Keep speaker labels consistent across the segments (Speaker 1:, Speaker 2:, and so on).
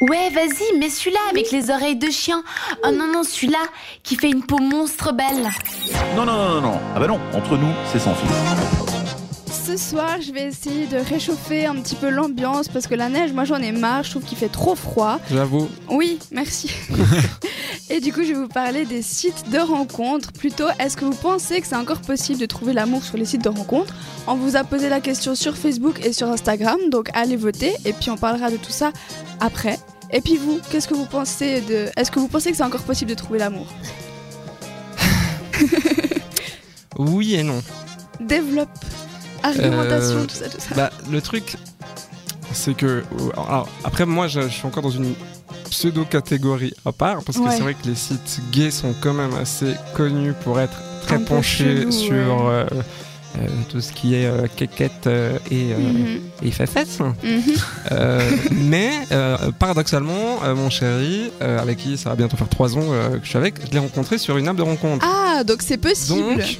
Speaker 1: Ouais, vas-y, mets celui-là avec les oreilles de chien. Oh non, non, celui-là qui fait une peau monstre belle.
Speaker 2: Non, non, non, non, non. Ah bah non, entre nous, c'est sans fil.
Speaker 3: Ce soir, je vais essayer de réchauffer un petit peu l'ambiance parce que la neige, moi j'en ai marre, je trouve qu'il fait trop froid.
Speaker 4: J'avoue.
Speaker 3: Oui, merci. Et du coup, je vais vous parler des sites de rencontres. Plutôt, est-ce que vous pensez que c'est encore possible de trouver l'amour sur les sites de rencontres On vous a posé la question sur Facebook et sur Instagram, donc allez voter et puis on parlera de tout ça après. Et puis vous, qu'est-ce que vous pensez de Est-ce que vous pensez que c'est encore possible de trouver l'amour
Speaker 4: Oui et non.
Speaker 3: Développe, argumentation,
Speaker 4: Euh,
Speaker 3: tout ça, tout ça.
Speaker 4: Bah, le truc, c'est que. euh, alors, après, moi, je, je suis encore dans une pseudo-catégorie à part, parce que
Speaker 3: Ouais.
Speaker 4: c'est vrai que les sites gays sont quand même assez connus pour être très
Speaker 3: Un peu
Speaker 4: penchés
Speaker 3: chelou,
Speaker 4: sur euh, euh, tout ce qui est euh, quéquette euh, et, euh,
Speaker 3: Mhm,
Speaker 4: et fafesse.
Speaker 3: mhm.
Speaker 4: Euh, mais euh, paradoxalement, euh, mon chéri, euh, avec qui ça va bientôt faire 3 ans euh, que je suis avec, je l'ai rencontré sur une app de rencontre.
Speaker 3: Ah, donc c'est possible.
Speaker 4: Donc,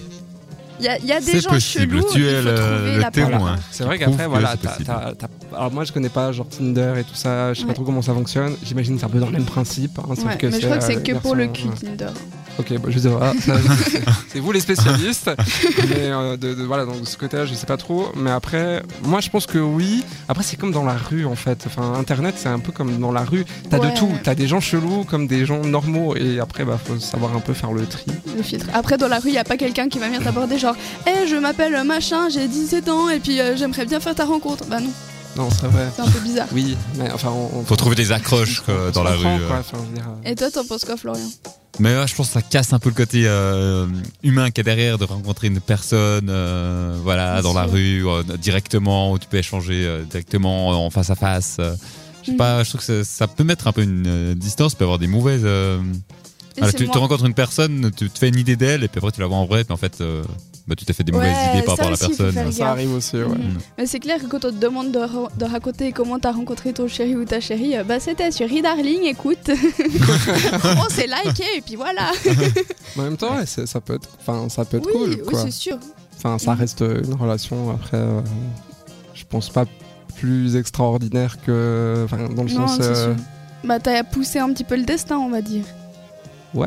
Speaker 3: Il y, a- il y a des
Speaker 5: C'est
Speaker 3: gens
Speaker 5: possible,
Speaker 3: chelous.
Speaker 5: tu
Speaker 3: il
Speaker 5: es
Speaker 3: faut
Speaker 5: le,
Speaker 3: trouver
Speaker 5: le
Speaker 3: la parole.
Speaker 5: témoin.
Speaker 4: C'est vrai
Speaker 5: qui prouve
Speaker 4: qu'après,
Speaker 5: que
Speaker 4: voilà,
Speaker 5: c'est
Speaker 4: t'as-
Speaker 5: possible.
Speaker 4: t'as- t'as- alors moi je connais pas genre Tinder et tout ça, je sais pas
Speaker 3: Ouais.
Speaker 4: trop comment ça fonctionne. J'imagine que c'est un peu dans le même principe, hein, sauf
Speaker 3: Ouais,
Speaker 4: que
Speaker 3: mais je crois que
Speaker 4: euh,
Speaker 3: c'est que pour le cul,
Speaker 4: garçon,
Speaker 3: Tinder.
Speaker 4: euh, Ok, bon, je veux dire, voilà, ça, c'est- c'est vous les spécialistes. mais euh, de, de- voilà, donc de ce côté-là, je sais pas trop. Mais après, moi je pense que oui. Après, c'est comme dans la rue en fait. Enfin, Internet, c'est un peu comme dans la rue. T'as
Speaker 3: Ouais.
Speaker 4: de tout. T'as des gens chelous comme des gens normaux. Et après, bah faut savoir un peu faire le tri.
Speaker 3: le filtre. Après, dans la rue, il n'y a pas quelqu'un qui va venir t'aborder genre « Hé, je m'appelle machin, j'ai 17 ans et puis euh, j'aimerais bien faire ta rencontre ». Bah non,
Speaker 4: Non, c'est vrai.
Speaker 3: c'est un peu bizarre.
Speaker 4: Oui, mais enfin, on, on-
Speaker 5: Faut trouver des accroches quoi, dans
Speaker 4: on
Speaker 5: la rue.
Speaker 4: comprend,
Speaker 5: euh.
Speaker 4: quoi. Enfin, je veux dire, euh,
Speaker 3: Et toi, t'en penses quoi, Florian
Speaker 5: Mais euh, je pense que ça casse un peu le côté euh, humain qu'il y a derrière de rencontrer une personne euh, voilà,
Speaker 3: Bien
Speaker 5: dans la
Speaker 3: sûr.
Speaker 5: rue euh, directement, où tu peux échanger euh, directement en face à face. euh. je sais
Speaker 3: Mhm.
Speaker 5: pas, je trouve que ça, ça peut mettre un peu une euh, distance, peut avoir des mauvaises. euh,
Speaker 3: Et
Speaker 5: voilà,
Speaker 3: c'est
Speaker 5: tu,
Speaker 3: moi.
Speaker 5: tu rencontres une personne, tu te fais une idée d'elle, et puis après tu la vois en vrai, mais en fait, euh, bah, tu t'es fait des mauvaises
Speaker 3: Ouais,
Speaker 5: idées par
Speaker 3: ça
Speaker 5: rapport
Speaker 3: aussi,
Speaker 5: à la
Speaker 3: il faut
Speaker 5: personne. euh.
Speaker 3: faire
Speaker 4: Ça arrive aussi, ouais.
Speaker 3: Mhm. Mais c'est clair que quand on te demande de, ra- de raconter comment t'as rencontré ton chéri ou ta chérie, euh, bah c'était sur Darling, écoute. on s'est liké et puis voilà.
Speaker 4: Mais en même temps, ouais, c'est- ça peut être, enfin, ça peut être
Speaker 3: oui,
Speaker 4: cool,
Speaker 3: oui,
Speaker 4: quoi.
Speaker 3: c'est sûr.
Speaker 4: Enfin, ça
Speaker 3: Mhm.
Speaker 4: reste une relation. Après, euh, je pense pas plus extraordinaire que, enfin, dans le
Speaker 3: non,
Speaker 4: sens.
Speaker 3: c'est
Speaker 4: euh,
Speaker 3: sûr. Bah t'as poussé un petit peu le destin, on va dire.
Speaker 4: Ouais.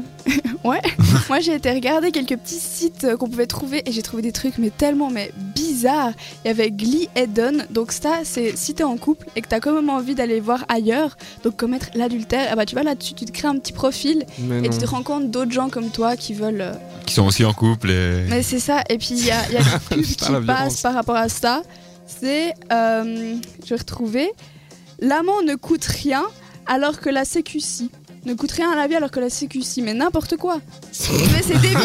Speaker 3: ouais. Moi j'ai été regarder quelques petits sites euh, qu'on pouvait trouver et j'ai trouvé des trucs mais tellement mais bizarres. Il y avait Glee Eden, donc ça c'est si t'es en couple et que t'as quand même envie d'aller voir ailleurs, donc commettre l'adultère, ah bah tu vas là-dessus, tu te crées un petit profil
Speaker 4: mais
Speaker 3: et
Speaker 4: non.
Speaker 3: tu te rencontres d'autres gens comme toi qui veulent. euh,
Speaker 5: Qui sont aussi en couple. Et...
Speaker 3: Mais c'est ça, et puis il y a, il y a des pubs
Speaker 4: Putain, la
Speaker 3: qui passent
Speaker 4: violence.
Speaker 3: par rapport à ça. C'est, euh, je vais retrouver, l'amant ne coûte rien alors que la sécu si. Ne coûte rien à la vie alors que la sécu si. Mais n'importe quoi. Mais c'est débile.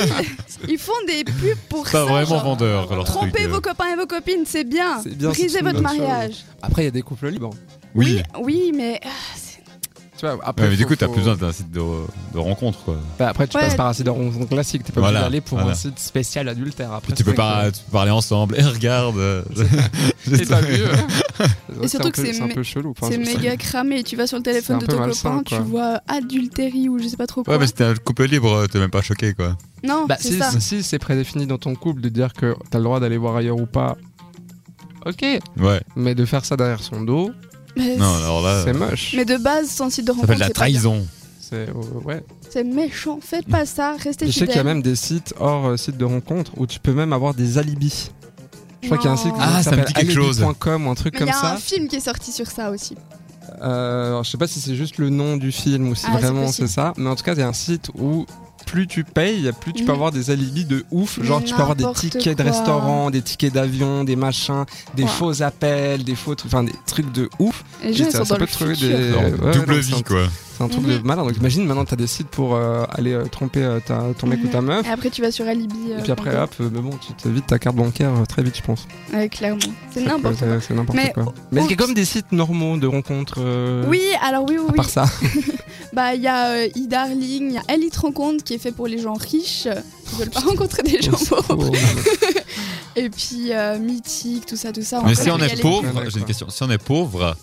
Speaker 3: Ils font des pubs pour
Speaker 5: C'est
Speaker 3: ça.
Speaker 5: pas vraiment
Speaker 3: genre,
Speaker 5: vendeur leur truc.
Speaker 3: Trompez
Speaker 5: euh.
Speaker 3: vos copains et vos copines, c'est bien.
Speaker 4: C'est bien,
Speaker 3: Brisez
Speaker 4: c'est
Speaker 3: votre
Speaker 4: une bonne
Speaker 3: mariage.
Speaker 4: Après, il y a des couples libres.
Speaker 5: Oui.
Speaker 3: Oui, mais. ah, c'est-
Speaker 4: Tu vois, après,
Speaker 5: Ouais, mais du
Speaker 4: faut-
Speaker 5: coup, t'as
Speaker 4: faut-
Speaker 5: plus besoin d'un site de, de rencontre, quoi.
Speaker 4: Bah, après, tu
Speaker 3: Ouais.
Speaker 4: passes par un site de rencontre classique. T'es pas
Speaker 5: Voilà,
Speaker 4: obligé d'aller pour
Speaker 5: voilà.
Speaker 4: un site spécial adultère. Après,
Speaker 5: Tu peux
Speaker 4: c'est
Speaker 5: pas
Speaker 4: vrai
Speaker 5: tu peux parler ensemble. Et regarde. euh,
Speaker 4: que- Et t'as vu, euh,
Speaker 3: Et
Speaker 4: c'est un
Speaker 3: surtout
Speaker 4: peu-
Speaker 3: que c'est
Speaker 4: c'est un
Speaker 3: mé-
Speaker 4: peu chelou. enfin,
Speaker 3: c'est
Speaker 4: je-
Speaker 3: méga cramé. Tu vas sur le téléphone
Speaker 4: un
Speaker 3: de
Speaker 4: peu
Speaker 3: ton
Speaker 4: malsain,
Speaker 3: copain,
Speaker 4: quoi.
Speaker 3: tu vois adultérie ou je sais pas trop quoi.
Speaker 5: Ouais, mais c'était un couple libre, t'es même pas choqué, quoi.
Speaker 3: Non,
Speaker 4: Bah,
Speaker 3: c'est
Speaker 4: si,
Speaker 3: ça.
Speaker 4: si c'est prédéfini dans ton couple de dire que t'as le droit d'aller voir ailleurs ou pas, ok.
Speaker 5: Ouais.
Speaker 4: Mais de faire ça derrière son dos,
Speaker 3: Mais
Speaker 5: Non, alors là,
Speaker 4: c'est moche.
Speaker 3: Mais de base, sans site de
Speaker 5: ça
Speaker 3: rencontre,
Speaker 5: fait de la
Speaker 3: c'est pas bien.
Speaker 5: trahison.
Speaker 4: C'est euh, ouais.
Speaker 3: C'est méchant. Faites pas ça. Restez
Speaker 4: Je sais
Speaker 3: fidèles.
Speaker 4: qu'il y a même des sites hors euh, site de rencontre où tu peux même avoir des alibis. Je crois qu'il y a un site
Speaker 3: Non.
Speaker 4: qui
Speaker 5: Ah, ça me
Speaker 4: s'appelle
Speaker 5: dit quelque chose.
Speaker 4: alibi.com ou un truc
Speaker 3: Mais il y
Speaker 4: comme
Speaker 3: a un
Speaker 4: ça.
Speaker 3: film qui est sorti sur ça aussi.
Speaker 4: Euh, alors, je sais pas si c'est juste le nom du film ou si
Speaker 3: Ah, c'est
Speaker 4: vraiment
Speaker 3: possible.
Speaker 4: c'est ça, mais en tout cas, il y a un site où plus tu payes, plus tu
Speaker 3: Mm.
Speaker 4: peux avoir des alibis de ouf.
Speaker 3: Mais
Speaker 4: Genre, tu peux avoir des
Speaker 3: n'importe
Speaker 4: tickets de
Speaker 3: quoi.
Speaker 4: restaurant, des tickets d'avion, des machins, des
Speaker 3: Ouais.
Speaker 4: faux appels, des faux trucs, enfin des trucs de ouf.
Speaker 3: Les gens
Speaker 4: Et
Speaker 3: ils
Speaker 4: ça,
Speaker 3: sont
Speaker 4: ça
Speaker 3: dans
Speaker 4: peut
Speaker 3: le
Speaker 4: trouver
Speaker 3: futur.
Speaker 4: des.
Speaker 5: Genre,
Speaker 4: Euh, ouais,
Speaker 5: double
Speaker 4: ouais, c'est un
Speaker 5: vie, quoi.
Speaker 4: C'est un truc de
Speaker 3: Mhm.
Speaker 4: malin. Donc imagine maintenant t'as des sites pour euh, aller euh, tromper euh, ta- ton mec ou ta meuf.
Speaker 3: Et après, tu vas sur Alibi. euh,
Speaker 4: Et puis après
Speaker 3: bancaire.
Speaker 4: hop, euh, mais bon tu te vides ta carte bancaire euh, très vite je pense.
Speaker 3: Ouais, clairement. C'est
Speaker 4: C'est
Speaker 3: n'importe
Speaker 4: quoi,
Speaker 3: quoi.
Speaker 4: c'est- C'est n'importe
Speaker 3: Mais-
Speaker 4: quoi. Mais c'est
Speaker 3: oups.
Speaker 4: comme des sites normaux de rencontres. euh,
Speaker 3: Oui, alors oui, oui,
Speaker 4: À
Speaker 3: oui.
Speaker 4: part ça.
Speaker 3: Bah, il y a euh, e-Darling, il y a Elite Rencontre qui est fait pour les gens riches euh, qui veulent pas rencontrer des gens pauvres.
Speaker 4: euh,
Speaker 3: Et puis euh, Mythique, tout ça, tout ça.
Speaker 5: Mais
Speaker 3: encore,
Speaker 5: si on
Speaker 3: il y a
Speaker 5: est
Speaker 3: les-
Speaker 5: pauvre,
Speaker 4: Ouais,
Speaker 5: j'ai une
Speaker 4: quoi.
Speaker 5: question. Si on est pauvre,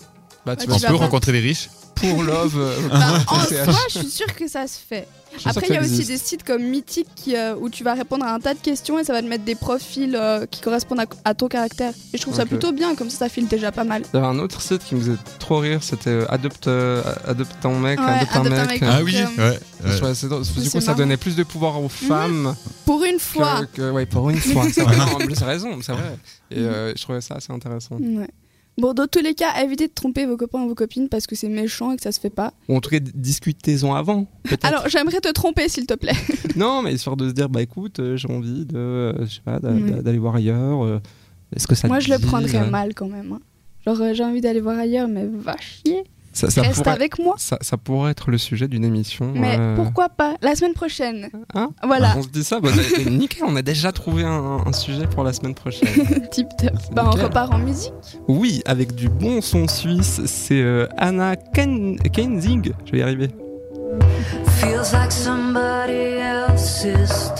Speaker 4: Bah,
Speaker 3: Ah, tu
Speaker 4: tu
Speaker 3: vas
Speaker 5: on
Speaker 4: vas
Speaker 3: pas-
Speaker 5: peut rencontrer des riches
Speaker 4: pour Love. euh,
Speaker 3: Bah, en
Speaker 4: TCH.
Speaker 3: soi, je suis sûre que ça se fait.
Speaker 4: Je suis sûr
Speaker 3: Après,
Speaker 4: que
Speaker 3: il y a
Speaker 4: ça
Speaker 3: aussi
Speaker 4: existe.
Speaker 3: des sites comme Mythique qui, euh, où tu vas répondre à un tas de questions et ça va te mettre des profils euh, qui correspondent à, à ton caractère. Et je trouve ça
Speaker 4: Ok.
Speaker 3: plutôt bien, comme ça, ça file déjà pas mal.
Speaker 4: Il y avait un autre site qui me faisait trop rire, c'était euh, Adopte, euh, Adopte ton mec,
Speaker 3: Ouais,
Speaker 4: Adopte un
Speaker 3: Adopte un
Speaker 4: mec.
Speaker 3: mec.
Speaker 5: Ah oui,
Speaker 3: euh,
Speaker 5: ouais.
Speaker 4: Je
Speaker 5: ouais.
Speaker 4: trouvais assez drôle, parce que
Speaker 3: Mais
Speaker 4: du coup,
Speaker 3: c'est
Speaker 4: ça
Speaker 3: marrant.
Speaker 4: donnait plus de pouvoir aux femmes
Speaker 3: Pour une
Speaker 4: que-
Speaker 3: fois.
Speaker 4: que- ouais, pour une fois. c'est vrai. Non, en plus, t'as raison, c'est vrai. Et euh, je trouvais ça assez intéressant.
Speaker 3: Ouais. Bon, dans tous les cas, évitez de tromper vos copains ou vos copines parce que c'est méchant et que ça se fait pas.
Speaker 4: Ou en tout cas, d- discutez-en avant. peut-être.
Speaker 3: Alors, j'aimerais te tromper, s'il te plaît.
Speaker 4: Non, mais histoire de se dire, bah écoute, euh, j'ai envie de, euh, je sais pas, d'a-
Speaker 3: Oui.
Speaker 4: d'a- d'aller voir ailleurs. euh, Est-ce que ça
Speaker 3: Moi,
Speaker 4: te
Speaker 3: je le
Speaker 4: dit,
Speaker 3: prendrais
Speaker 4: euh,
Speaker 3: mal quand même. hein. Genre, euh, j'ai envie d'aller voir ailleurs, mais va chier.
Speaker 4: Ça, ça
Speaker 3: Reste
Speaker 4: pourrait,
Speaker 3: avec moi.
Speaker 4: ça, ça pourrait être le sujet d'une émission.
Speaker 3: Mais
Speaker 4: euh,
Speaker 3: pourquoi pas La semaine prochaine.
Speaker 4: Hein
Speaker 3: Voilà,
Speaker 4: On se dit ça, bah, c'est- nickel, on a déjà trouvé un, un sujet pour la semaine prochaine.
Speaker 3: tip top. Bah, on
Speaker 4: nickel.
Speaker 3: repart en musique.
Speaker 4: oui, avec du bon son suisse, c'est euh, Anna Ken- Kenzing, je vais y arriver.
Speaker 6: Feels like somebody else's